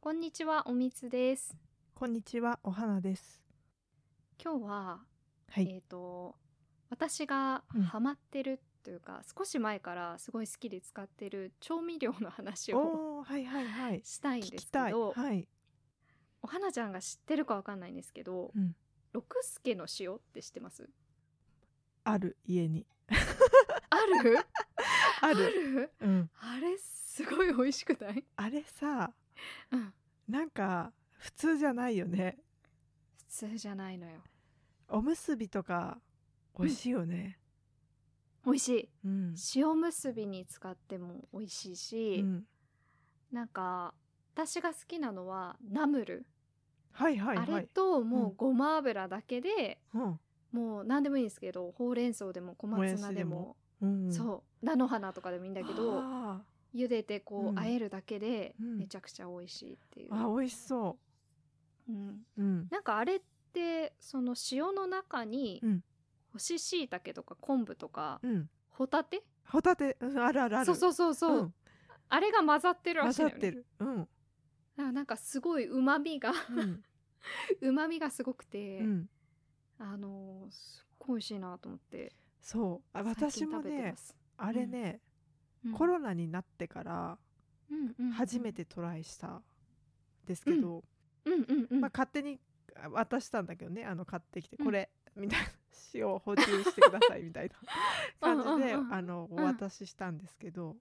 こんにちは、おみつです。こんにちは、お花です。今日は、はい。えっ、と私がうんハマってるというか、少し前からすごい好きで使ってる調味料の話をおお、はいはいはい。したいん聞ですきけたい。ど、はい。お花ちゃんが知ってるかわかんないんですけど、うん。六助の塩って知ってます？ある家に。ある？ ある。うん。あれすごい美味しくない？あれさ、うん。なんか普通じゃないよね。普通じゃないのよ。おむすびとか美味しいよね。美味しい。うん。塩むすびに使っても美味しいし、うんなんか私が好きなのはナムル。はいはいあはれい。ともううんごま油だけで、うんもう何でもいいんですけどほうれん草でも小松菜でもうん。そう菜の花とかでもいいんだけどあ茹でてこうんう和えるだけでうんめちゃくちゃ美味しいっていう、ーあ、美味しそうんう。うん。なんかあれってその塩の中にうん干し椎茸とか昆布とかうん。ホタテホタテ、うんあるあるある。そうそうそうそう、うんあれが混ざってるら混しいざのっよてねる。うん。だからなんかすごいうまみが うん。うまみがすごくて、うん。あのーすっごい美味しいなと思ってそう。あ私も最近食べてねま、すあれね、うんコロナになってから、うんうんうん初めてトライしたんですけど、うんうんうん、まあ、勝手にあ渡したんだけどねあの買ってきてこれ、みたいな塩を補充してくださいみたいな 感じでうんうんうんあのお渡ししたんですけど、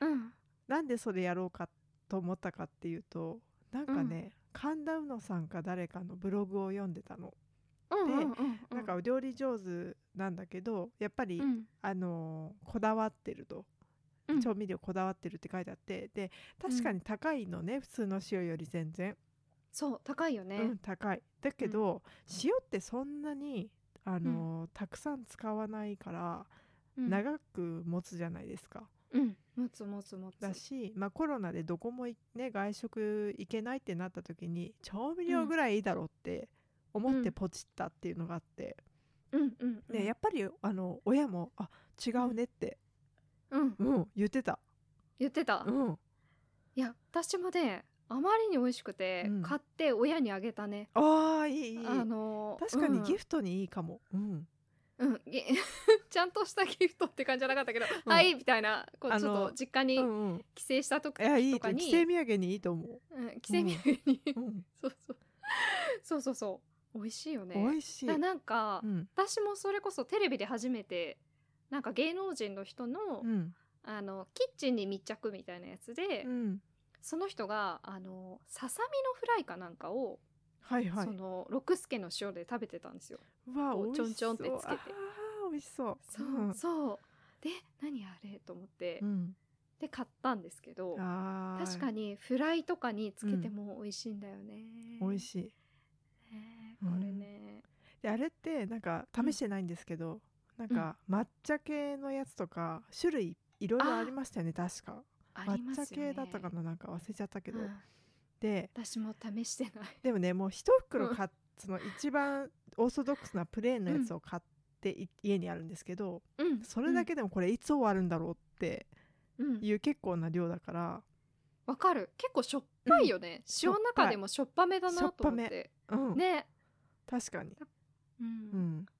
うん、なんでそれやろうかと思ったかっていうとなんかね、神田うのさんか誰かのブログを読んでたの、うんでうんうんうん、なんかお料理上手なんだけどやっぱり、うんあのーこだわってるとうん調味料こだわってるって書いてあってで確かに高いのね、普通の塩より全然。そう高いよね、うん、高いだけど、塩ってそんなにあのー、たくさん使わないからうん、長く持つじゃないですか、うん持つ持つ持つだし、まあ、コロナでどこもいね外食行けないってなった時に調味料ぐらいいいだろうって思っうてんポチったっていうのがあって、うんうんうんね、やっぱりあの親も「あ違うね」って、うんうん、言ってた、言ってた、うん、いや私もねあまりに美味しくて、うん買って親にあげたねあーいいいいあのー確かにギト、フトにいいかも、うん、うんうんぎ ちゃんとしたギフトって感じじゃなかったけど、うんはいみたいなこうあちょっのと実家うにんうん帰省した時いやいいととかに帰省土産にいいと思う、うん帰省日に、うん、 そうそうそうそうそう美味しいよね美味しいだからなんか、うん私もそれこそテレビで初めてなんか芸能人の人の,、うんあのキッチンに密着みたいなやつで、うん、その人があのささみのフライかなんかを、はいはいその六助の塩で食べてたんですよ。うわこう美味しそうちょんちょんってつけてあー美味しそうそう、んそうで何あれと思って、うん、で買ったんですけどあ確かににフライとかにつけても美味しいんだよね。美味しいねうこんれね、であれってなんか試してないんですけど、なんか抹茶系のやつとか種類いろいろありましたよね確かありま抹茶すよね。系だったかななんか忘れちゃったけど、うんで私も試してない。でもねもう一袋買っ、その一番オーソドックスなプレーンのやつを買ってい、家にあるんですけどうん、それだけでもこれいつ終わるんだろうってうん、うんいう結構な量だから、わかる結構しょっぱいよね、塩の中でもしょっぱめだなと思ってうんね確かにうん、うん、か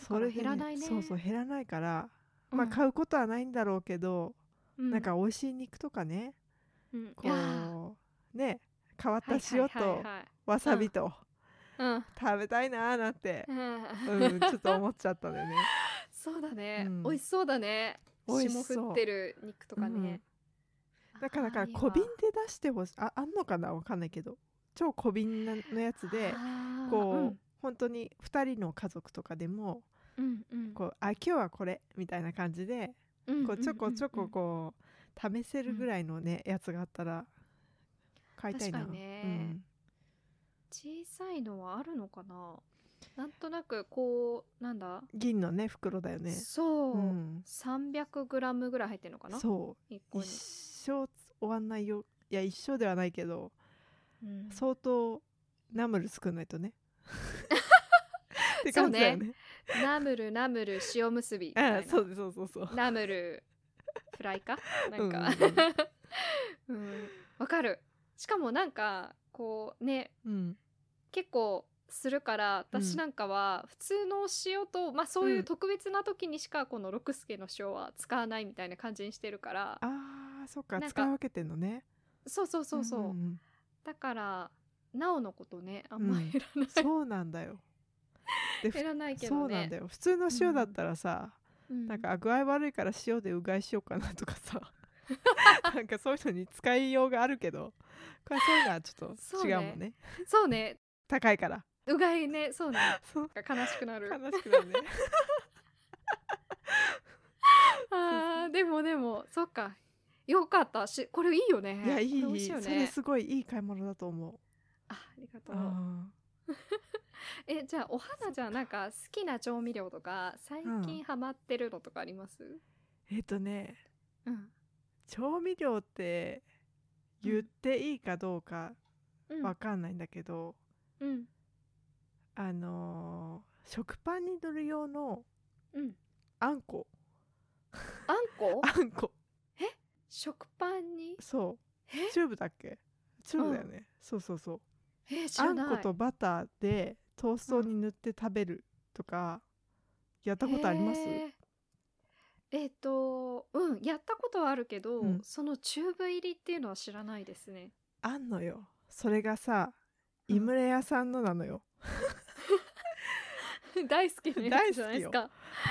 らそれで減らないねそうそう減らないから、うんまあ買うことはないんだろうけど、うんなんか美味しい肉とかねうんいこやうね変わったー塩はいはいとはいわさびとはい食べたいなーなんて、うん、うん、ちょっと思っちゃったんだ よね。そうだね、うん美味しそうだね美味しそう霜降ってる肉とかね、だからだからあーいいわ小瓶で出してほしいああんのかなわかんないけど超小瓶なのやつであーこう、本当に2人の家族とかでもうんうんうんこうあ今日はこれみたいな感じでうんうんこうちょこちょここう試せるぐらいのね、やつがあったら買いたいな。確かにね小さいのはあるのかななんとなくこうなんだ、うん、銀のね袋だよね。そう、ん、 300グラムぐらい入ってるのかなそ一う個一に、生終わんないよいや一生ではないけど、うん相当ナムル作んない とね。って感じだよね。ナムルナムル塩むすびみたいあなあそうですそうそうそう。ナムルフライかなんかうんうんうんうんわ、かるしかもなんかこうねうん結構するからうん私なんかは普通のお塩と、まあそういううん特別な時にしかこの六助の塩は使わないみたいな感じにしてるからあーそっかなんか使い分けてんのねそうそうそうそう、んんんだからなおのことねあんまうん減らない、そうなんだよでふ減らないけそどうなんねだよ普通の塩だったらさ、うんなんかあ具合悪いから塩でうがいしようかなとかさ なんかそういうのに使いようがあるけどこれそういうのはちょっそうとね違うもんねそうね高いからうがいねそうねなんそうか悲しくな悲るしくなるねあーでもでもそっかよかったしこれいいよねいやいいこれ美味しいよそれねすごいいい買い物だと思うあありがとうあえじゃあお肌じゃあなんか好きな調味料とか最うん近ハマってるのとかあります、ーえっ、とねうん調味料って言っていいかどうかうんわかんないんだけど、うんあのー食パンに塗る用のうんあんこあんこあんこ食パンにそうえチューブだっけチューブだよね、そうそうそうえ知あらんないことバターでトーストに塗って食べるとか、やったことあります、へーえっ、とうんやったことはあるけど、うんそのチューブ入りっていうのは知らないですね あんのよそれがさうんイムレ屋さんのなのよ、大好きなやつじゃないですか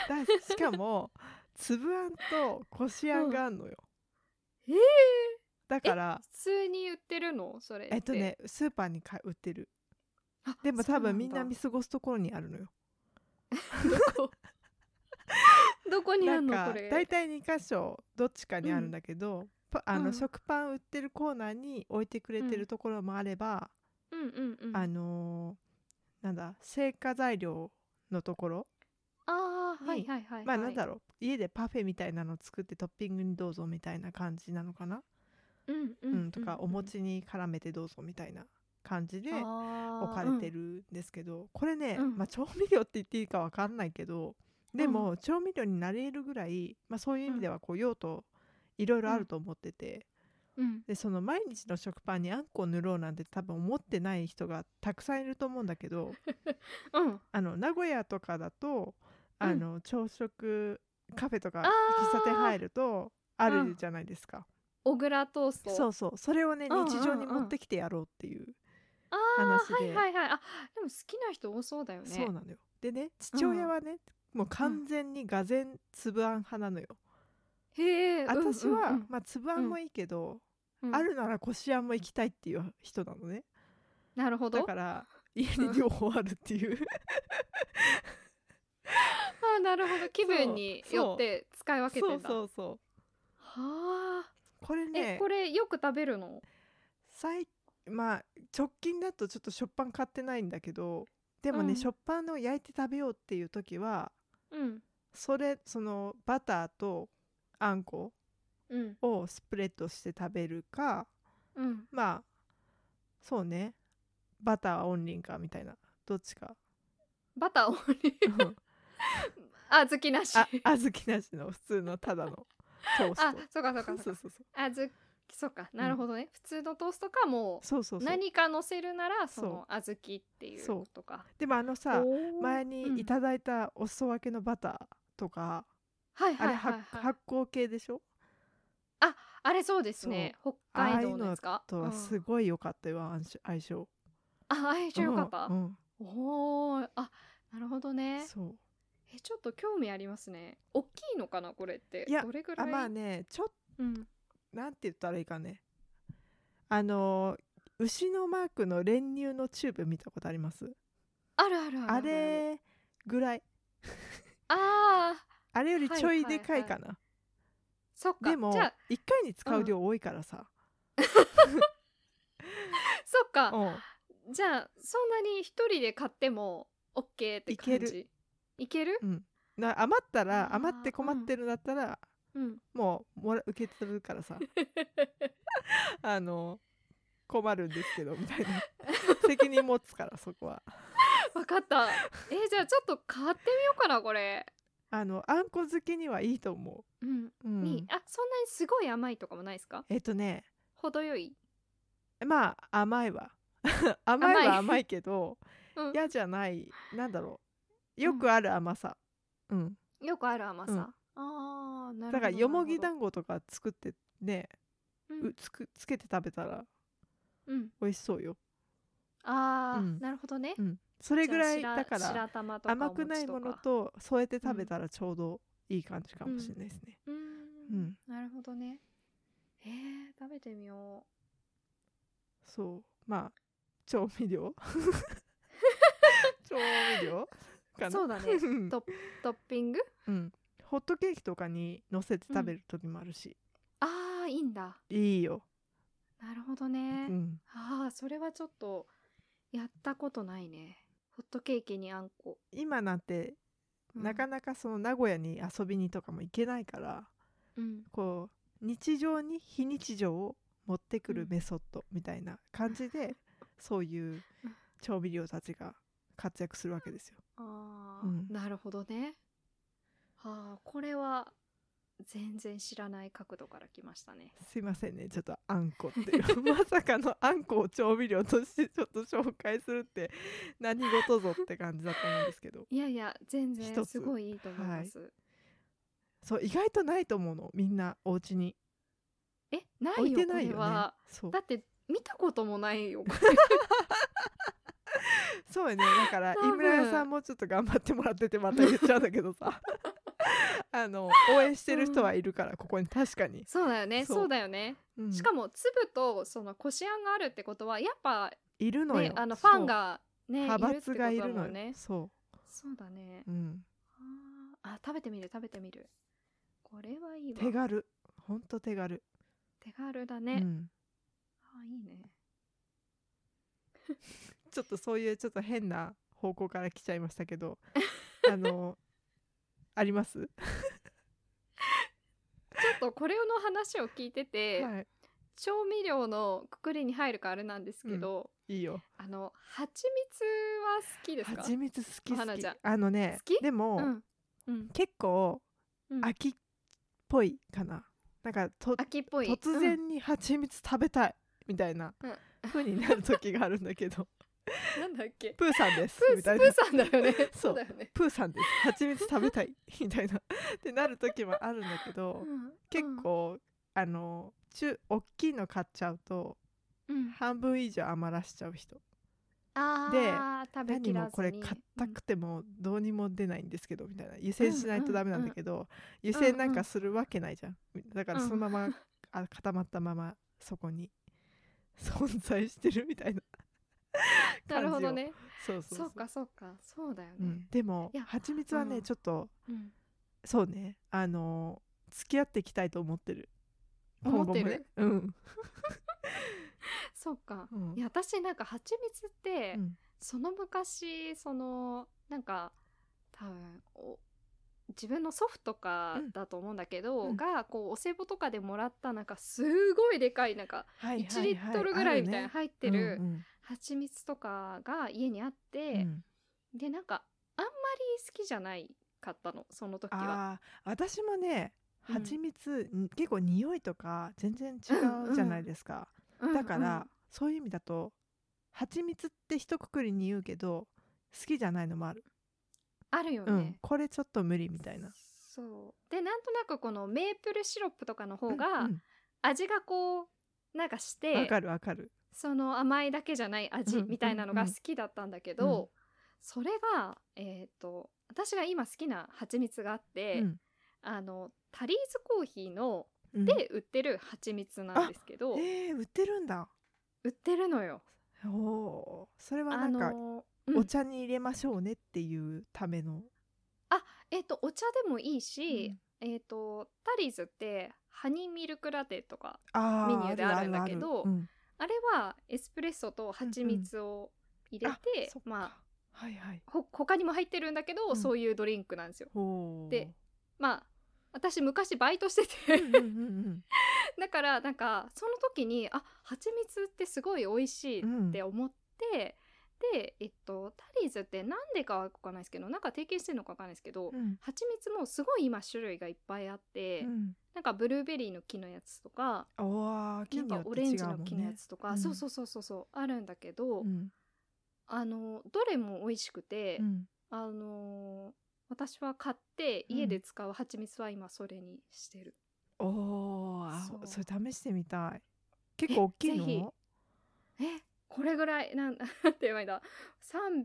だし かも粒あんとこしあんがあんのよ、うんえーだから普通に売ってるのそれってえっとねスーパーにか売ってるあでも多そう分だみんな見過ごすところにあるのよどこどこにあなんんのこかれ大体2箇所どっちかにあるんだけど、パあのうん食パン売ってるコーナーに置いてくれてるところもあれば、うんうんうんあのーなんだ成果材料のところ、あーにはいはいはい、はい、まあなんだろう家でパフェみたいなの作ってトッピングにどうぞみたいな感じなのかな、うんううんんうん、とかお餅に絡めてどうぞみたいな感じで置置かれてるんですけど、これね、うんまあ、調味料って言っていいかわかんないけどでも、調味料になれるぐらい、まあ、そういう意味ではこう用途いろいろあると思ってて、うんでその毎日の食パンにあんこを塗ろうなんて多分思ってない人がたくさんいると思うんだけど。うん、うん、あの名古屋とかだとうんあの、朝食カフェとかあー喫茶店入るとあるじゃないですか、小倉トーストそううそうそれをねうんうんうん日常に持ってきてやろうっていう、あ話あはでいはいはいあでも好きな人多そうだよねそうなのよでね父親はね、もう完全にがぜん粒あん派なのよ、へえ私は、うんうんまあ、粒あんもいいけど、うんあるならこしあんも行きたいっていう人なのねなるほどだから家に両方あるっていうあーなるほど気分によって使い 分けそてうんだそうそはあうこれえ、ねこれよく食べるの最まあ直近だとちょっと食パン買ってないんだけどでもうね、ん食パンを焼いて食べようっていう時はうんそれそのバターとあんこうんをスプレッドして食べるかうんまあそうねバターオンリーかみたいなどっちかバターオンリうーんあずきなしあ あ小豆なしの普通のただのトースト そうかそうかそそううかそうそうあずきそうかなるほどね、普通のトーストかもうそうそうそう何か乗せるならそそうの小豆っていうそうことかでもあのさおー前にいただいたお裾分けのバターとか、はいあはいはれい、発はい、発酵系でしょあれそうですね北海道のやつかとはすごい良かったよ、暗し相性うんあ相性よかった、うんうんおーあなるほどねそうえちょっと興味ありますね大きいのかなこれっていやどれぐらあいまあねちょっうん、となんて言ったらいいかねあのー牛のマークの練乳のチューブ見たことありますあるあるあるあるるれぐらいあーあれよりちょいはいはいはいでかいかな、そっかでもじゃあ1回に使う量多いからさ、そっか、うんじゃあそんなに一人で買っても OK って感じいけるいけるな余ったあらー余って困ってるんだったら、うんもうもら受け取るか らさあの困るんですけどみたいな責任持つからそこは分かったえじゃあちょっと買ってみようかなこれあのあんこ好きにはいいと思うんう、うんにあそんなにすごい甘いとかもないですかえっとね程よいまあ甘いわ 甘いは甘い甘いけど うん嫌じゃないなんだろうよくある甘さ、うんよくある甘うんさ、ああなるほどだからよもぎん団子とか作ってね、うつくつけて食べたらうん、美味しそうよ、ああ、うんなるほどね、うん、それぐらいじゃあだか白ら白玉とか甘くないものと添えて食べたらちょうどいい感じかもしれないですね、お餅とかうーんうんなるほどねえー、食べてみよそうまあ調 味料調味料かなうそうだねうんトットッピングうん、ホットケーキとかに乗せて食べる時もあるし、ああいいんだいいよ、なるほどうね、ん、ああそれはちょっとやったことないねホットケーキにあんこ、今なんてうんなかなかその名古屋に遊びにとかも行けないからうんこう日常に非日常を持ってくうるんメソッドみたいな感 じで、そういう調味料たちが活躍するわけですよ。ああ、うんなるほどねああこれは全然知らない角度から来ましたねすいませんねちょっとあんこってい うまさかのあんこを調味料としてちょっと紹介するって何事ぞって感じだと思うんですけどいやいや全然一つすごいいいと思います、そう意外とないと思うのみんなお家にえないよ置いてなこれいよねは。そうだって見たこともない よそうよねだから多分井村屋さんもちょっと頑張ってもらっててまた言っちゃうんだけどさ あの応援してる人はいるからここに確かに、そうだよねそそううだよね、うんしかも粒とそのこしあんがあるってことはやっぱいるのよ、ねあのフそうァンがね派閥がいってることだのもよんねそそうだねう、うん、あーあ食べてみる食べてみるこれはいいわ手軽ほんと手軽、手軽だうね、ん、ああいいねちょっとそういうちょっと変な方向から来ちゃいましたけど あのあります、ちょっとこれの話を聞いてて、は調味料のくくりに入るかあれなんですけど、い、いいよあの蜂蜜は好きですか蜂蜜好きお好花きちゃんあのね好きでも、うんうん結構うん、秋っぽいかななんかと秋っぽい突うん然に蜂蜜食べたいみたいなうん風になる時があるんだ けどなんだっけプーさんですプー スみプたいなーさんだよね そそううだよね、プーさんです蜂蜜食べたいみたいなってなる時もあるんだけどうん結、構あの中大きいの買っちゃうとうんうん半分以上余らしちゃう人あー食べ何きらずもにこれ硬くてもどうにも出ないんですけどみたいな湯煎しないとダメなんだけど湯煎なんかするわけないじゃんだからそのままあ固まったままそ こに存在してるみたいな うんなるほどねそうそうそうかそうかそうだよね、うん、でもいや蜂蜜はね、うんちょっとうんそうねあのー付き合っていきたいと思ってる思今っ後てもるねうん、そうか、うんいや私なんか蜂蜜って、うんその昔そのなんか多分お自分の祖父とかだと思うんだけど、うんがこうお歳暮とかでもらったなんかすごいでかいなんかはいはいはい1リットルぐらいみたいなあ入ってるうんうん蜂蜜とかが家にあって、うんでなんかあんまり好きじゃないかったのその時は。あー私もねうん蜂蜜、ん結構匂いとか全然違うじゃないですか、だから、そういう意味だと蜂蜜って一括りに言うけど好きじゃないのもある、うんうん、あるよね。うん、これちょっと無理みたいなそうでなんとなくこのメープルシロップとかの方がうん味がこうなんかしうんわてかるわかるその甘いだけじゃない味うんみたいなのうがんうん好きだったんだけうんどそれがえっと私が今好きな蜂蜜があってうんあのタリーズコーヒーのうんで売ってる蜂蜜なんですけどえー売ってるんだ売ってるのよ。おおーそれはなあんか、のうんお茶に入れましょうねっていうための、えっとお茶でもいいしえっとタリーズってハニーミルクラテとかあメニューであるんだけあどるあるあれはエスプレッソと蜂蜜を入れて、そっかまあはいはいほ他にも入ってるんだけど、うんそういうドリンクなんですよ。ほうでまあ私昔バイトしてうてんうんうん だからなんかその時にあ蜂蜜ってすごい美味しいって思って、で、えっと、タリーズってなんでかはわかんないですけどなんか提携してるのかわかんないですけど、うん蜂蜜もすごい今種類がいっぱいあって、うんなんかブルーベリーの木のやつとかおー木なんによかってオレン違ジうものん木のやねつとか、うんそうそうそうそうそうあるんだけど、うんあのどれも美味しくて、うんあのー私は買ってうん家で使う蜂蜜は今それにしてる、おーあそうそれ試してみたい結構大きいぜひのえこれぐらいなんなんて言えばいいんだ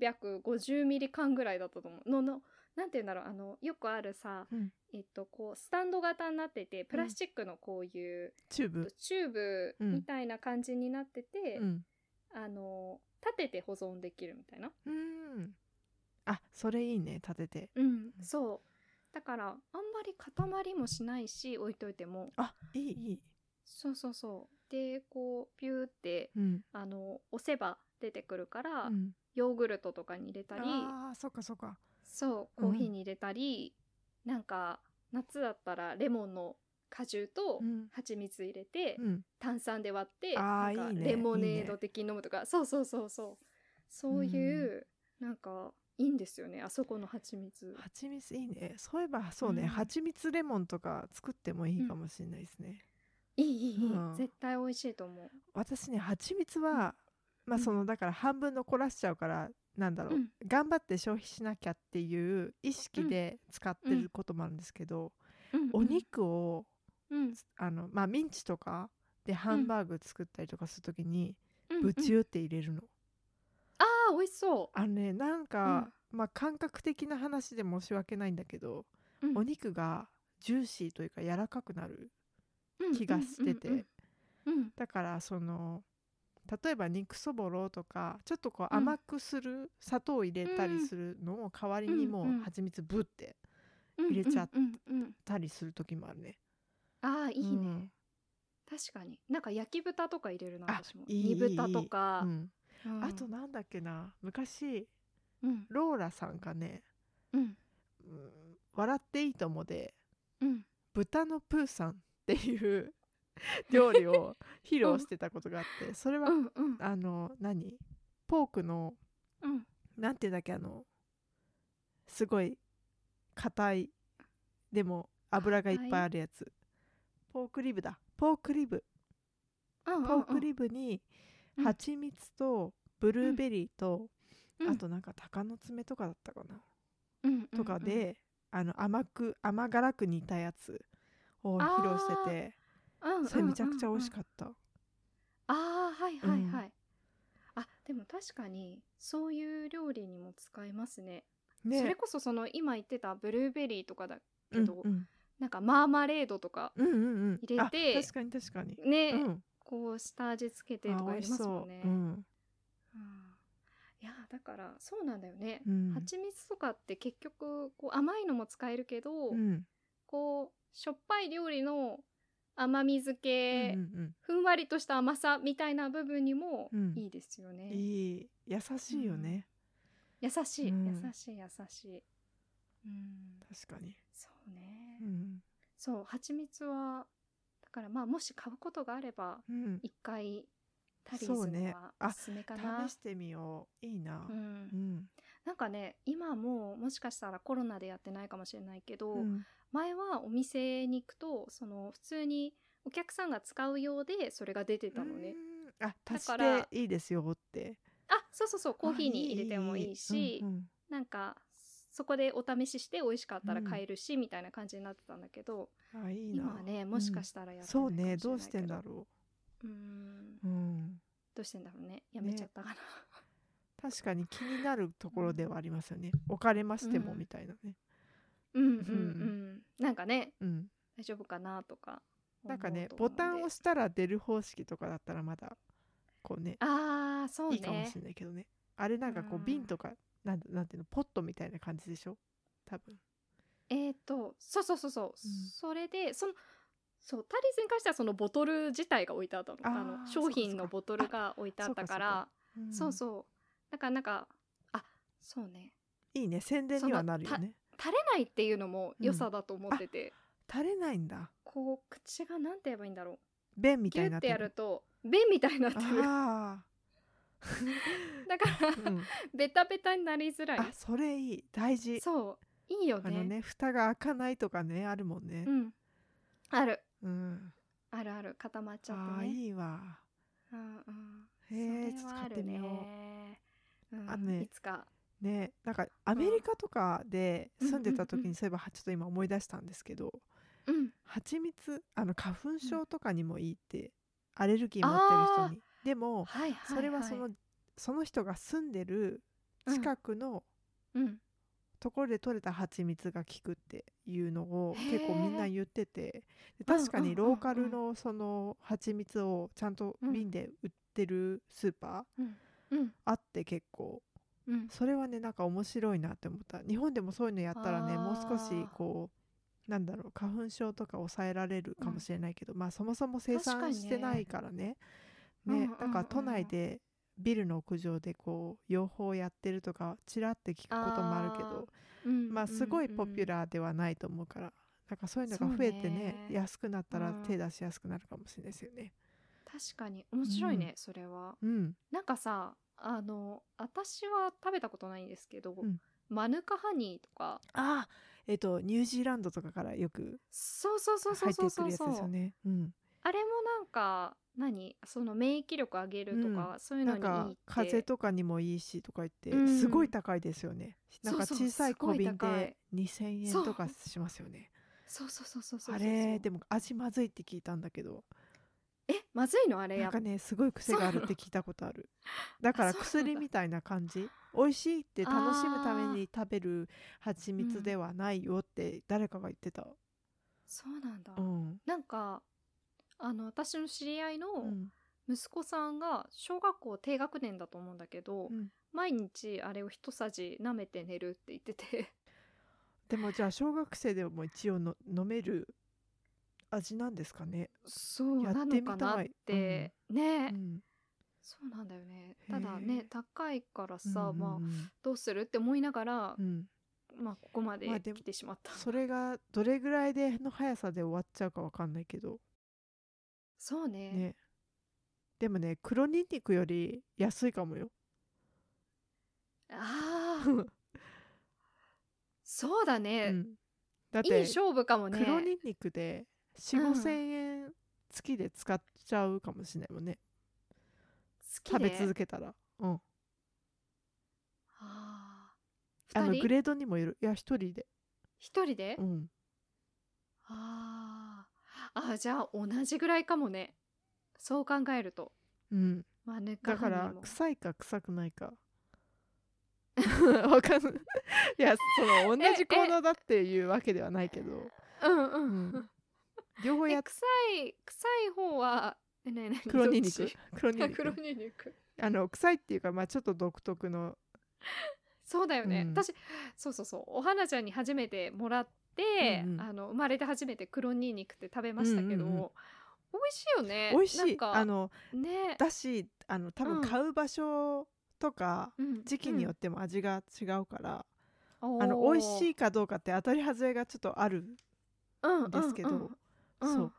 350ミリ缶ぐらいだったと思うののなんて言うんだろうあのよくあるさ、うんえっとこうスタンド型になっててプラスチックのこういう、チューブチューブうんみたいな感じになってて、うんあのー立てて保存できるみたいなうんあそれいいね立ててうんそうだからあんまり固まりもしないし置いといてもあいいいいそうそうそうでこうピューってうんあの押せば出てくるから、うんヨーグルトとかに入れたりあーそっかそっかそうコーヒーに入れたり、なんか夏だったらレモンの果汁とうん蜂蜜入れて、うん炭酸で割ってあなーんかいいねレモネード的に飲むとかそうそうそうそうそういう、なんかいいんですよねあそこの蜂蜜蜂蜜いいねそういえばそうね、うん蜂蜜レモンとか作ってもいいかもしれないですね、いいいいいい、うん絶対美味しいと思う私ね蜂蜜は、うまあんそのだから半分残らしちゃうからなんだろう、うん頑張って消費しなきゃっていう意識で使ってることもあるんですけど、うんお肉をうんあのまあミンチとかでハンバーグ作ったりとかするときに、うんぶちうん打って入れるの、ああ美味しそあのねなんか、まあ感覚的な話で申し訳ないんだけど、う、うんお肉がジューシーというか柔らかくなる気がしてて、うんうんだからその例えば肉そぼろとかちょっとこううん甘くする、砂糖を入れたりするのを代わりにもうんううん蜂蜜ブってうんうん入れちゃっうんうんうんたりする時もあるね。ああいいね、うん確かになんか焼き豚とか入れるなあ私もいい煮豚とうか、んうんあとなんだっけな昔うんローラさんがねうん「うん笑っていいとも」でうん豚のプーさんっていう 料理を披露してたことがあってそれは、うんうんあの何ポークのうんなんていうんだっけあのすごい硬いでも油がいっぱいあるやつ、ポークリブだポークリブうんポークリブにうん蜂蜜とブルーベリーと、うんあとなんか鷹の爪とかだったかな、うんうんうんとかであの甘く甘辛く煮たやつを披露しててうんうんうんうんそれめちゃくちゃ美味しかっった、たああはいはいはい、うんあでも確かにそういう料理にも使えますねねそれこそその今言ってたブルーベリーとかだうけんど、うんなんかマーマレードとかうんうんうん入れてあ確かに確かに、ね、うんこう下味つけてとあかあ美り味ましすもそんう、ね、うんうんいやだからそうなんだよね、うん蜂蜜とかって結局こう甘いのも使えるけど、うんこうしょっぱい料理の甘み付うんけ、うんふんわりとした甘さみたいな部分にもうんいいですよねう、ん、いい優しいよね、優しい、うん優しい優しいうん確かに、そうね、うんそう蜂蜜はだからまあもし買うことがあればうん、一回タリーそうズのねはあおすすめかな、試してみよういいなう、んうんなんかね今もうもしかしたらコロナでやってないかもしれないけど、うん前はお店に行くとその普通にお客さんが使うようでそれが出てたのね、うんあ足しからていいですよってあそうそうそうコーヒーに入れてもいいしあうんなんかそこでお試しして美味しかったら買えるし、みたいな感じになってたんだけどうんあいいな今はねもしかしたらやってないかそもうしれないねけど、どうしてんだろうーんう、うん、どうしてんだろうねやめちゃったかな、 確かに気になるところではありますよね置かれましてもうんみたいなね、うんうんうん、なんかねうん、大丈夫かなとか思なうんとか思うねボタンを押ししたら出る方式とかだったらまだこうねああそうねいいかもしれないけどねあれなんかこうんう瓶とかなんなんていうのポットみたいな感じでしょ多分えー、とそうそうそうそう、んそれでそのそうタリーズに関してはそのボトル自体が置いてあったのああーの商品のボトルが置いてあったからそううそうだからなんかあそうねんいいね宣伝にはなるよね垂れないっていうのも良さだと思ってて、垂れないんだこう口がなんて言えばいいんだろ便うみギたュいになッっててやると便みたいになってるああだから、うん、 ベタベタになりづらいあそれいい大事そういいよねあのね蓋が開かないとかねあるもんねうんあるうん、あるある固まっちゃっあてあねいいわうんうんへえちょっと買ってみようう、うん、あのねいつかねなんかアメリカとかで住んでうんうたん時うんうにそういえばちょっと今思い出したんですけどうん蜂蜜あの花粉症とかにもいいってアレルギー持ってる人にでもはいはい、はい、それはそのその人が住んでる近くのうんところで取れた蜂蜜が効くっていうのをへー結構みんな言っててでうんうんうんうん確かにローカルのその蜂蜜をちゃんと瓶で売ってるスーパーうんあって結構うんそれはねなんか面白いなって思った日本でもそういうのやったらねもう少あーしこうなんだろう花粉症とか抑えられるかもしれないけど、まあそもそも生確か産にねしてないからねうんうんうねんうんだから都内でビルの屋上でこう養蜂やってるとかちらって聞くこともあるけあーどうんまあすごいポピューラーではないと思うから、なんかそういうのがそう増えねてね安くなったうらん手出しやすくなるかもしれないですよね。確かに面白いね、それはうん、なんかさあの私は食べたことないんですけど、んマヌカハニーとかああえっ、とニュージーランドとかからよくそうそうそうそ入うってそうくそるうやつですよね。うん、あれもなんか何その免疫力上げるとか、そういうのなにんいいっかて風邪とかにもいいしとか言って、うんすごい高いですよね。なんかそうそう小さい小瓶すごい高いで2000円そうとかしますよね。そうそうそうそうそうそうあれでもも味まずいって聞いたんだけど、えまずいのあれなやんっぱかねすごい癖があるって聞いたことある。だからあそうなん だ薬みたいな感じ。美味しいって楽しむために食べる蜂蜜ではないよって誰かが言ってた。そうなんだ、うん。なんかあの私の知り合いのうん息子さんが小学校低学年だと思うんだけど、うん毎日あれを一さじ舐めて寝るって言っててでもじゃあ小学生でも一応の飲める味なんですかね。 そうやなっのてみかたないって、ね、うん。そうなんだよねへーただね高いからさ、うんまうあんどうするって思いながらう、んうんまあここまでまあでも来てしまった、それがどれぐらいでの速さで終わっちゃうかわかんないけどそうねねでもね黒ニンニクより安いかもよあうあんそうだね、だっいいて勝負かもね黒ニンニクで4うん5千円月で使っちゃうかもしれないもんね好き食でべ続けたらうんあああの二グ人レードにもよるいや一人で一人で、うんあーあじゃあ同じぐらいかもねそう考えるとうんマヌカだハかニらーも臭いか臭くな いかわかんないいやその同じ行動だっていうわけではないけどうんうん、 うん両方えやっ臭い臭い方はえなになに黒ニンニどっクち黒ニンあニ黒クニンニクあの臭いっていうかまあちょっと独特のそうだよね、うん私そうそうそうお花ちゃんに初めてもらって、うんうんあの生まれて初めて黒ニンニクって食べましたけど、うんうんうん美味しいよね美味しなんいかあのね、だしあの多うん分買う場所とかうん時期によっても味が違うから、うんあの美味しいいかどうかって当たり外れがちょっとあるんですけど、そう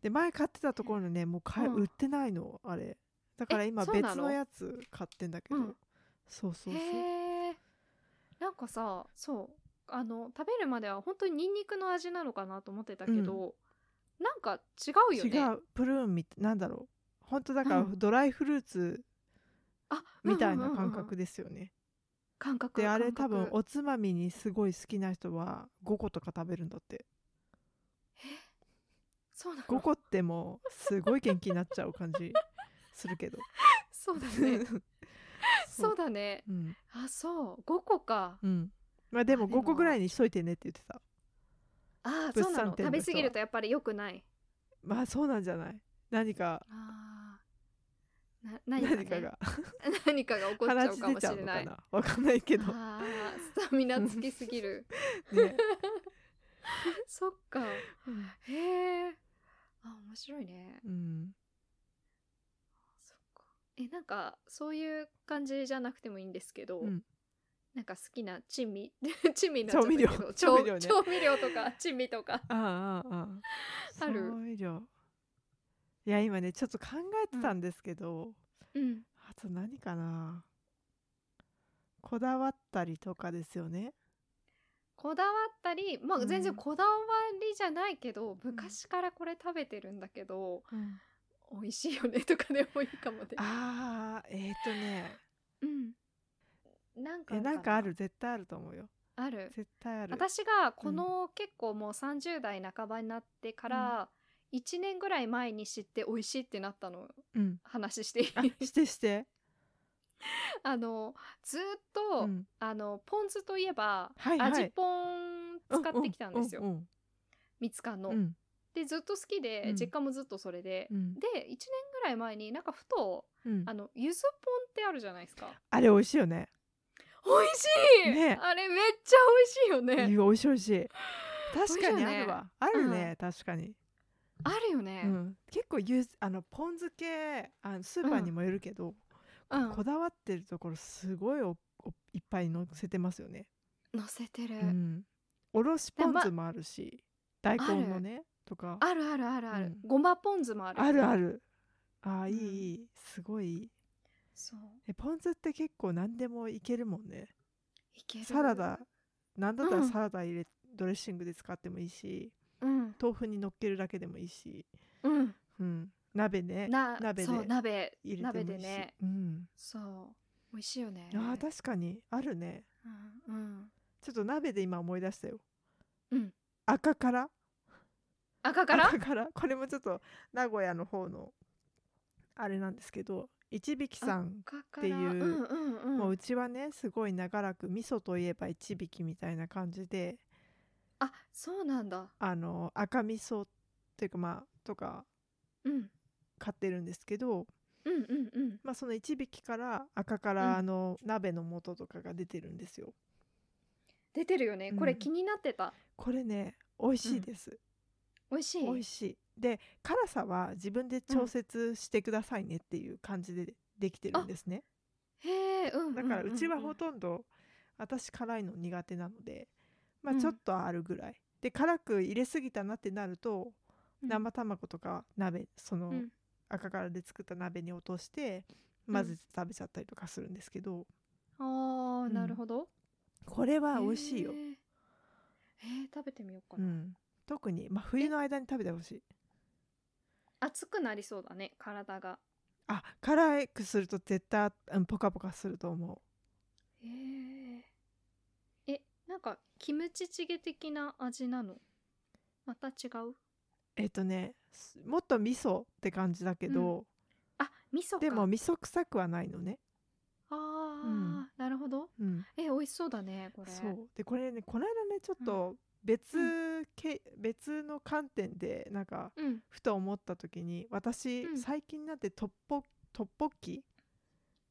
で前買ってたところのねもう買え、うん売ってないのあれだからえ今そうな別ののやつ買ってんだけど、うんそうそうそうへえなんかさそうあの食べるまでは本当にニンニクの味なのかなと思ってたけど、なんか違うよね違うプルーンみたいなんだろう本当だかうらんドライフルーツあみたいな感うんうんうんう覚んですよね、感覚であれ感多覚分おつまみにすごい好きな人は5個とか食べるんだってそうなの5個ってもうすごい元気になっちゃう感じするけどそうだ ね そうだねうん、あそう5個かうん、まあであもでも5個ぐらいにしといてねって言ってたあーそ物うな産の展食の人べは過ぎるとやっぱり良くないまあそうなんじゃない何かあーな何何か,、ね、何かか,、がが 何かが起こっちゃ鼻う血か出もしちゃうれのなかいなわかんないけど、ね、あースタミナつきすぎる そっかへえあ面白いねうん、そっかえなんかそういう感じじゃなくてもいいんですけど、うんなんか好きな珍味 珍味になっちゃったけど調味調料調調味料とか珍味とかあああああある調味料いや今ねちょっと考えてたんですけど、うんあと何かなこだわったりとかですよね。こだわったりまうあん全然こだわりじゃないけど、昔からこれ食べてるんだけど美味しいよねとかでもいいかもね。あーえっ、とねうん、なんかえなんかある絶対あると思うよある絶対ある。私がこの結構もう30代半ばになってから1年ぐらい前に知って美味しいってなったのうん、話していいあしてして。あのずーっと、うんあのポン酢といえば、はいはい味ポン使ってきたんですよ、ううんみつかんの。うんでずっと好きで、うん実家もずっとそれで、うんで1年ぐらい前になんかふとうんあのゆずポンってあるじゃないですか。あれ美味しいよね。美味しい、ねあれめっちゃ美味しいよいね。や美味しい美味しい。確かに美味しいよねあるわ。あるね、確かに。あるよね。うん、結構ゆずあのポン酢系あのスーパーにもよるけど、うんこだわってるところすごいおおいっぱい乗せてますよね。乗せてる、うん、おろしポン酢もあるし、大根のねとかあるあるあるある、うんごまポン酢もあるあるあるあーんいいいいすごいいいそうえポン酢って結構何でもいけるもんねいけるサラダなんだったらうんサラダ入れ、ドレッシングで使ってもいいしうん豆腐に乗っけるだけでもいいし、うんうん、鍋ねな鍋でそう鍋入れて鍋もでいいし、ねうん、そう美味しいよねあー確かにあるねうんうんちょっと鍋で今思い出したよ、うん赤から赤からだからこれもちょっと名古屋の方のあれなんですけど一匹さん赤からっていうんうんうん、もううちはねすごい長らく味噌といえば一匹みたいな感じであそうなんだあの赤味噌っていうかまあとかうん買ってるんですけど、うんうんうんまあ、その一匹から赤かうんらあの鍋の素とかが出てるんですよ。出てるよねうんこれ気になってた、これね美味しいです、美味しい美味しいで辛さは自分で調節してくださいねっていう感じでできてるんですね。へえうんだからうちはほんとんど私辛いの苦手なので、まあ、うんちょっとあるぐらい、で辛く入れすぎたなってなるとうん生卵とか鍋そのうん赤からで作った鍋に落として混ぜて食べちゃったりとかするんですけど、ああうんなるほど、これは美味しいよへ、ーえー食べてみようかうな、ん、特に、まあ、冬の間に食べてほしい熱くなりそうだね体があ辛くすると絶対、うん、ポカポカすると思へーえなんかキムチチゲ的な味なのまた違ううえっ、とねすもっと味噌って感じだけど、あ味噌かでも味噌臭くはないのね、あー、うんなるほどうん、え美味しそうだねこれそうでこれねこの間ねちょうんっと別、け別の観点でなんかうんふと思った時に私、うん最近になってトッポトッポッキ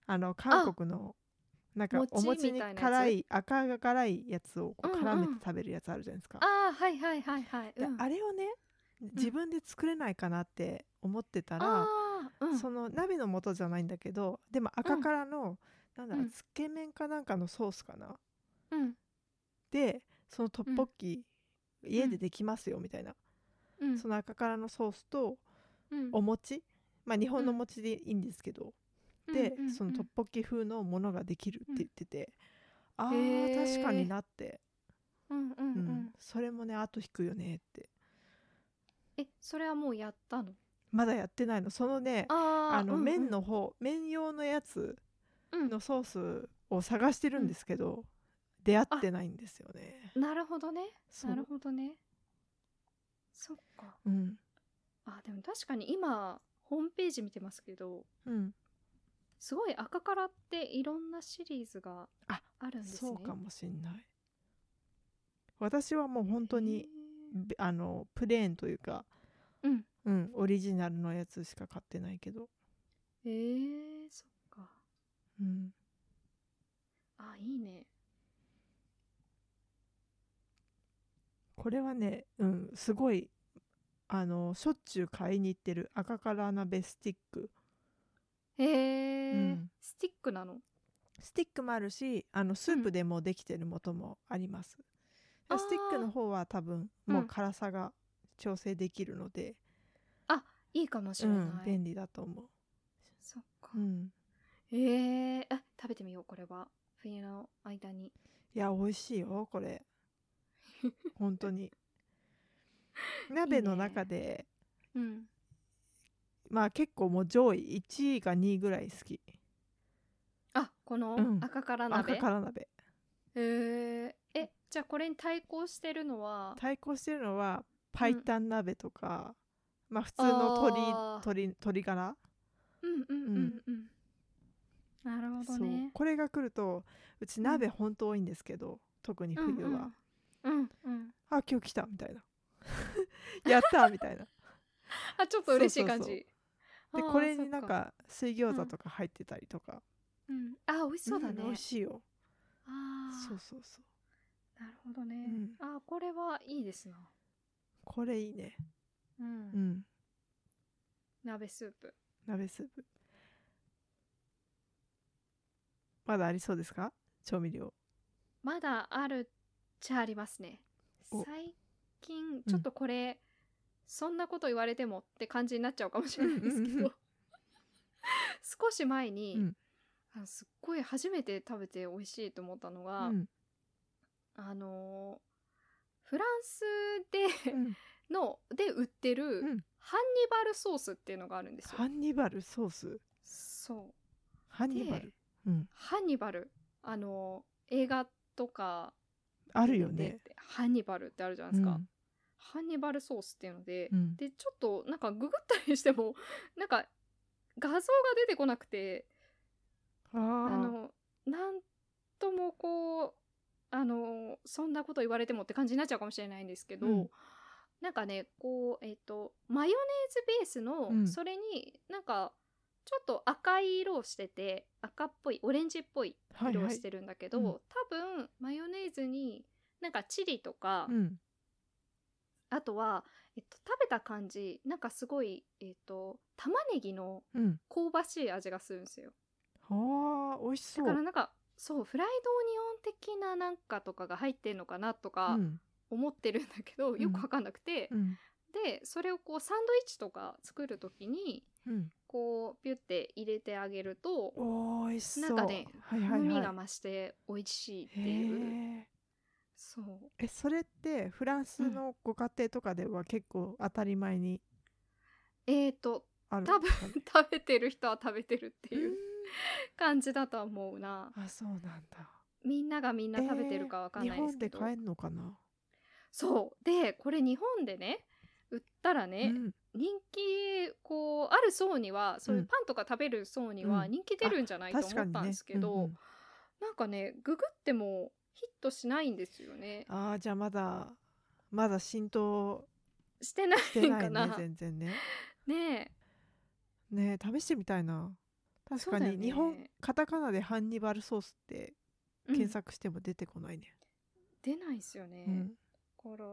あの韓国のなんか餅お餅みにたいなやつ辛い赤辛いやつをこううんうん絡めて食べるやつあるじゃないですか。あーはいはいはいはい、でうん、あれをね自分で作れないかなって思ってたら、あーうんその鍋の素じゃないんだけどでも赤辛の、なんだろううんつけ麺かなんかのソースかな、うんでそのトッポッキ、家でできますよみたいな、うんその赤からのソースとうんお餅まあ日本の餅でいいんですけど、で、うんうんそのトッポッキ風のものができるって言ってて、へあーー確かになって、うんうんううんん、それもねあと引くよねってえそれはもうやったのまだやってないのそのねあーあのうんうん麺の方、麺用のやつうんのソースを探してるんですけど、出会ってないんですよね。なるほどねそうなるほどねそっかうんあでも確かに今ホームページ見てますけどうん、すごい赤からっていろんなシリーズがああるんですね。そうかもしんない私はもう本当に、べあのプレーンというか、へー。うん。うん、オリジナルのやつしか買ってないけど、えー、そっか。うん、あいいね。これはね、うん、すごいあのしょっちゅう買いに行ってる赤から鍋スティックへえ、うんスティックなの。スティックもあるしあのスープでもできてるもともあります、であースティックの方は多分うんもう辛さが調整できるので、いいかもしうれんない。便利だと思そっか。う、うん、えー、あ食べてみようこれは冬の間にいや美味しいよこ れ本当に鍋の中でうんまあ結構もう上位1位か2位ぐらい好きあこのうん赤から鍋、赤から鍋へーえじゃあこれに対抗してるのは対抗してるのは白湯鍋とか、まあ普通の鶏あー鶏鶏ガラうんうんうんうん、なるほそうどねこれが来るとうち鍋ほんと多いんですけど、特に冬は、うんうん、うんうんあ今日来たみたいな やったみたいなあちょっと嬉しいそうそう感そじうであーこれそにっなんか水餃子とか入ってたりとか、うん、あ美味しそうだね、ん美味しいよああそうそうそうなるほどね、うんあこれはいいですな、これいいねうんうん鍋スープ鍋スープまだありそうですか調味料まだあるっちゃありますねお最近ちょっとこれ、そんなこと言われてもって感じになっちゃうかもしれないですけうんうんうんど少し前に、うんあのすっごい初めて食べて美味しいと思ったのうが、んあのーフランスでうんので売ってる、うんハンニバルソースっていうのがあるんですよハ。ンニバルソースそうハンニバルうんハンニバルあの映画とかあるよでね出てハンニバルってあるじゃないですか、うんハンニバルソースっていうので、うんでちょっとなんかググったりしてもなんか画像が出てこなくてああーのなんともこうあのそんなこと言われてもって感じになっちゃうかもしれないんですけど、うんなんかねこうえっ、とマヨネーズベースの、うんそれになんかちょっと赤い色をしてて赤っぽいオレンジっぽいはい色をはいしてるんだけど、うん多分マヨネーズになんかチリとか、うんあとは、えっと、食べた感じなんかすごい、えっと、玉ねぎのうん香ばしい味がするんですよあー美味しそだうからなんかそうフライドオニオン的ななんかとかが入ってんのかなとかうん思ってるんだけど、んよくわかんなくて、うんでそれをこうサンドイッチとか作る時にうんこうピュッて入れてあげるとおー美味しそうなんかねはいはい風味はが増して美味しいっいていうへえそうえそれってフランスのご家庭とかでは結構当たり前にえっ、と あるん多ですかね食べてる人は食べてるっていううう感じだとは思うなーんあそうなんだみんながみんな食べてるかわかんないですけえー日ど、本で買えんのかな、そうでこれ日本でね売ったらうね、ん、人気こうある層にはそういうパンとか食べる層にはうん人気出るんじゃないと思ったんですけど、うんうんなんかねググってもヒットしないんですよねああじゃあまだまだ浸透してない してないかねなね全然ねえねえ試してみたいな確そうかだよにね日本、カタカナでハンニバルソースってうん検索しても出てこないね、出ないですよね、うんだから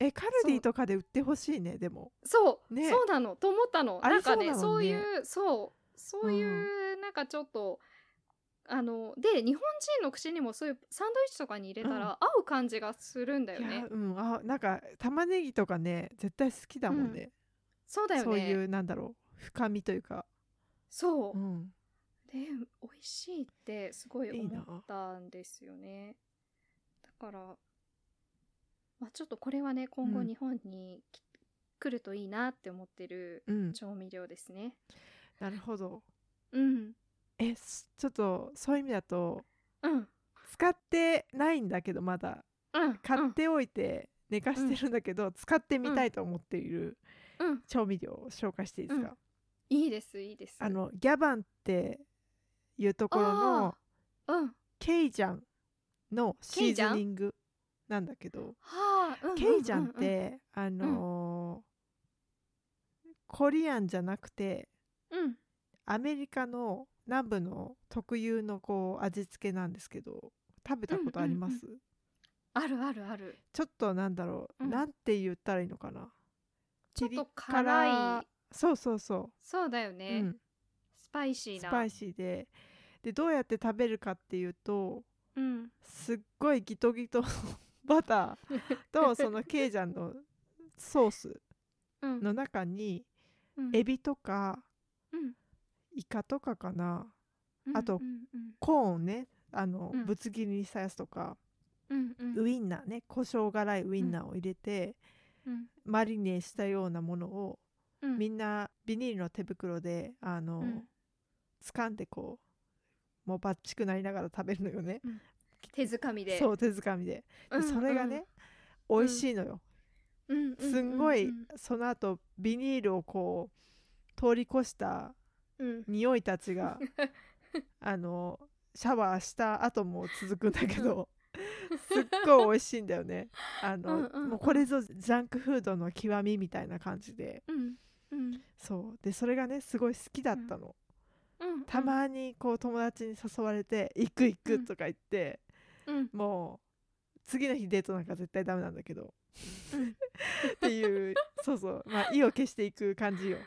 えカルディとかで売ってほしいねでもそう、ねそうなのと思ったのあなりんかねそうだもそんうねいうそうそういうなんかちょっと、あので日本人の口にもそういうサンドイッチとかに入れたうんら合う感じがするんだよいやね、うんあなんか玉ねぎとかね絶対好きだもんね,、そうだよねそそういううなんだろう深みというか、うん、で美味しいってすごい思ったんですよねだから、まあ、ちょっとこれはね今後うん日本にき、来るといいなって思ってるうん、調味料ですねなるほどうんえすちょっとそういう意味だとうん使ってないんだけどまだうん買っておいて寝かしてるんだけど、使ってみたいと思っているうん、うん、調味料を紹介していいですか、いいですいいですあのギャバンっていうところのあーうんケイジャンのシーズニングなんだけどはあ、うんうんうんうんケイジャンっ、てあのーコリアンじゃなくてうん、アメリカの南部の特有のこう味付けなんですけど食べたことあります、うんあるあるあるちょっとなんだろう、うんなんて言ったらいいのかなちょっピリと辛いそうそうそそうだよう、ね、うん、スパイシースなパイシーででどうやって食べるかっていうとうんすっごいギトギトの バターとそのケイジャンのソースうんの中にうんエビとかうんイカとかかなあとうんうんコーンねあの、うんぶつ切りにしたやつとか、うんうんウインナーね胡椒辛いウインナーを入れて、うんマリネしたようなものを、うんみんなビニールの手袋であの、うん掴んでこうもうバッチくなりながら食べるのよね。手づかみでそう手づかみでうでんそれがね、美味しいのよ、うんうんすんごい、うんその後ビニールをこう通り越したうん匂いたち があのシャワーした後も続くんだけど、すっごい美味しいんだよねあの、うんうんうんもうこれぞジャンクフードの極みみたいな感じでうんうんそうでそれがねすごい好きだったの、うんたまにこう友達に誘われて「行く行うく」んとか言って、うんもう次の日デートなんか絶対ダメなんだけどうん っていうそうそうまあ意を消していく感じよ。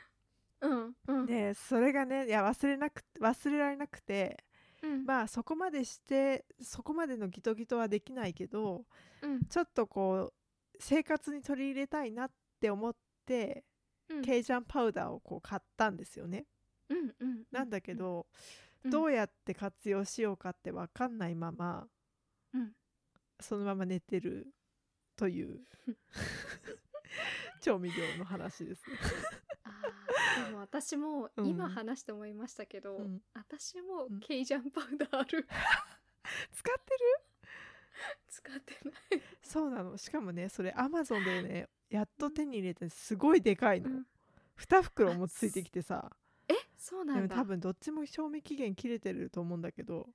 うんうんでそれがねいや忘れなく忘れられなくてうんまあそこまでしてそこまでのギトギトはできないけどうんちょっとこう生活に取り入れたいなって思って、うんケイジャンパウダーをこう買ったんですよね。うんうんなんだけど、うんどうやって活用しようかって分かんないまま、うんそのまま寝てるという 調味料の話です。あーでも私もうん今話して思いましたけど、うん私もうんケイジャンパウダーある使ってる 使ってないそうなのしかもねそれアマゾンでねやっと手に入れてすごいでかいの、うん2袋もついてきてさえそうなでんもだ多分どっちも賞味期限切れてると思うんだけど、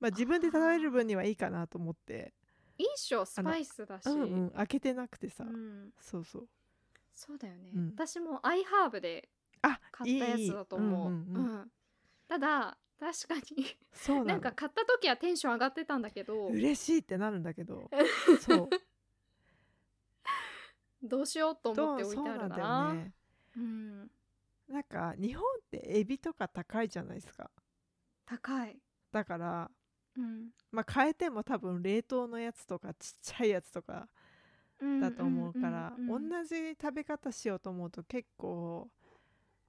まあ、自分で食べる分にはいいかなと思って、いいっしょスパイスだしうんうん、開けてなくてさ、うんそうそうそうだよね、うん私もアイハーブであ買ったやつだと思ういいいいんんうんうんただ確かにそうなのなんか買った時はテンション上がってたんだけど嬉しいってなるんだ けどそうどうしようと思ってどう置いてあるなそうねうんなんか日本ってエビとか高いじゃないですか高いだからうんまあ変えても多分冷凍のやつとかちっちゃいやつとかだと思うから、んんんん同じ食べ方しようと思うと結構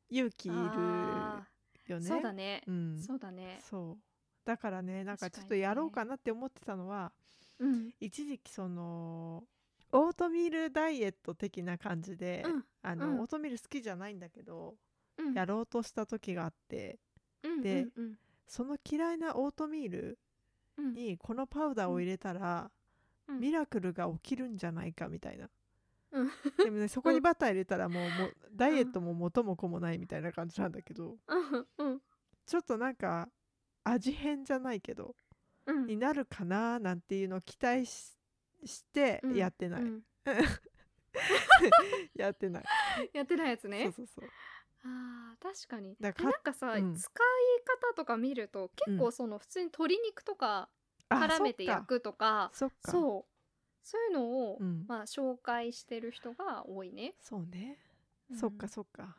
勇気いるあよーねそうだねう、んそうだねそうだからねなんか確かちょにねっとやろうかなって思ってたのは、うん一時期そのオートミールダイエット的な感じで、うんあのうんオートミール好きじゃないんだけど、うんやろうとした時があってでうんうんその嫌いなオートミールうんうんにこのパウダーを入れたら、うんミラクルが起きるんじゃないかみたいな、うんでも ねそこにバター入れたらもうもうダイエットも元も子もないみたいな感じなんだけどうんうんちょっとなんか味変じゃないけどうんになるかななんていうのを期待ししてうんやってない、うん やってない、やってないやつねそうそうそうあー確かにだでからなかんかさ、うん使い方とか見ると結構その普通に鶏肉とかあ絡めてそっか焼くとか,、そっかう、そうそういうのを、んまあ、紹介してる人が多いね、そうね、うんそっかそっか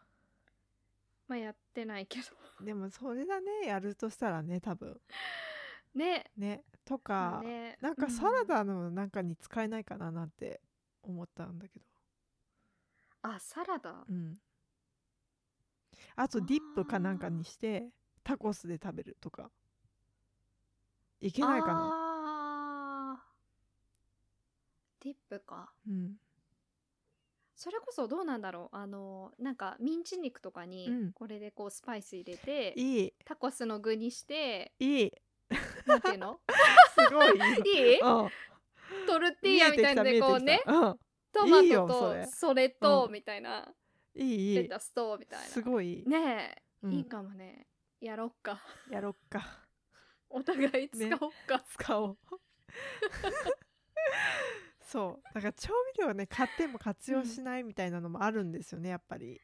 まあ、やってないけどでもそれだねやるとしたらね多分ねねとまかあ、ねなんかサラ、ダのなんかに使えないかななんて思ったんだけうど、んあサラダうん、あとディップかなんかにしてタコスで食べるとかいけないかな、あーディップかうん、それこそどうなんだろうあのなんかミンチ肉とかにうんこれでこうスパイス入れて、いいタコスの具に していいなんていうのすごいい いいいうんトルティーヤみたいなのでこう見えねてきたうんト見えマてきたトいいよそれとそれとうんみたいな、いいいレいタスとみたいなすごい、ねえ、うんいいかもねやろっかやろっか お互い使おっか、使おう そうだから調味料ね買っても活用しないみたいなのもあるんですよねやっぱり、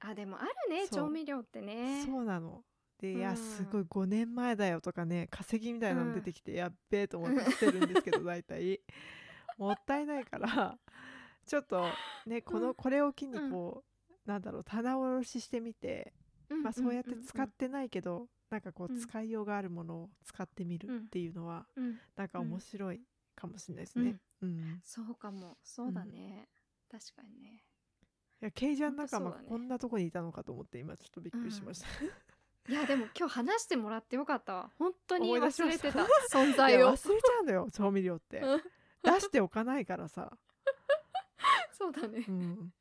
あでもあるねそう調味料ってねそうなのでいや、うんすごい5年前だよとかね稼ぎみたいなうんの出てきて、やっべえと思って捨てるんで すけど大体もったいないからちょっとねこの、うんこれを機にこう、なんだろう棚卸ししてみて、んんんんまあ、そうやって使ってないけど、なんかこううん使いようがあるものを使ってみるっていうのは、うんなんか面白いかもしれないですね。うん、そうかもそうだね、確かにねいやケイジャン仲間ほんとそうだねこんなとこにいたのかと思って今ちょっとびっくりしました。いやでも今日話してもらってよかったわ本当に思い出し忘まれしたてた 存い在やを忘れちゃうのよ調味料 ってうん出しておかないからさ、そうだねうん、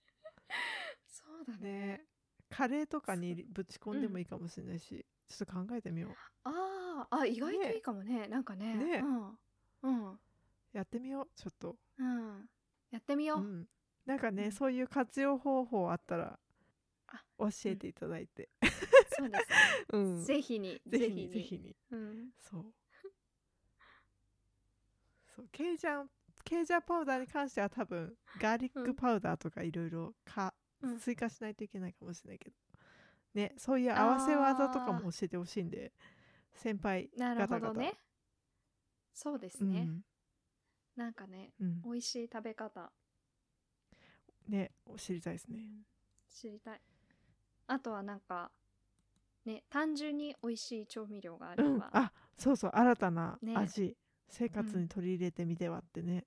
そうだねねカレーとかにぶち込んでもいいかもしれないし、ちょっと考えてみようあーあ意外とねいいかもねなんかねねうんうんやってみようちょっと、うんやってみよう、うん、なんかね、うんそういう活用方法あったらあ教えていただいて、そうですうん、ぜぜひにひにぜひにうんそうそうケイジャンケイジャンパウダーに関しては多分ガーリッうんクパウダーとかいろいろかうん追加しないといけないかもしれないけど、ねそういう合わせ技とかも教えてほしいんで先輩なるほどガタガねタそうですうね、んなんかねうん美味しい食べ方ね知りたいですね知りたいあとはなんかね単純に美味しい調味料があれうんば、あそうそう新たなね味、生活に取り入れてみてはってね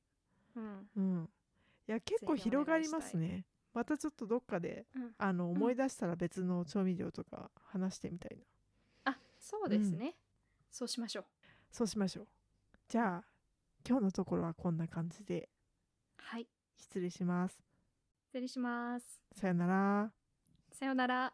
うんうんいや結構ぜひお願い広がりましたすいねまたちょっとどっかでうんあの思い出したら別の調味料とか話してみたいな、あそうですね、そうしましょうそうしましょうじゃあ今日のところはこんな感じではい失礼します失礼しますさよならさようなら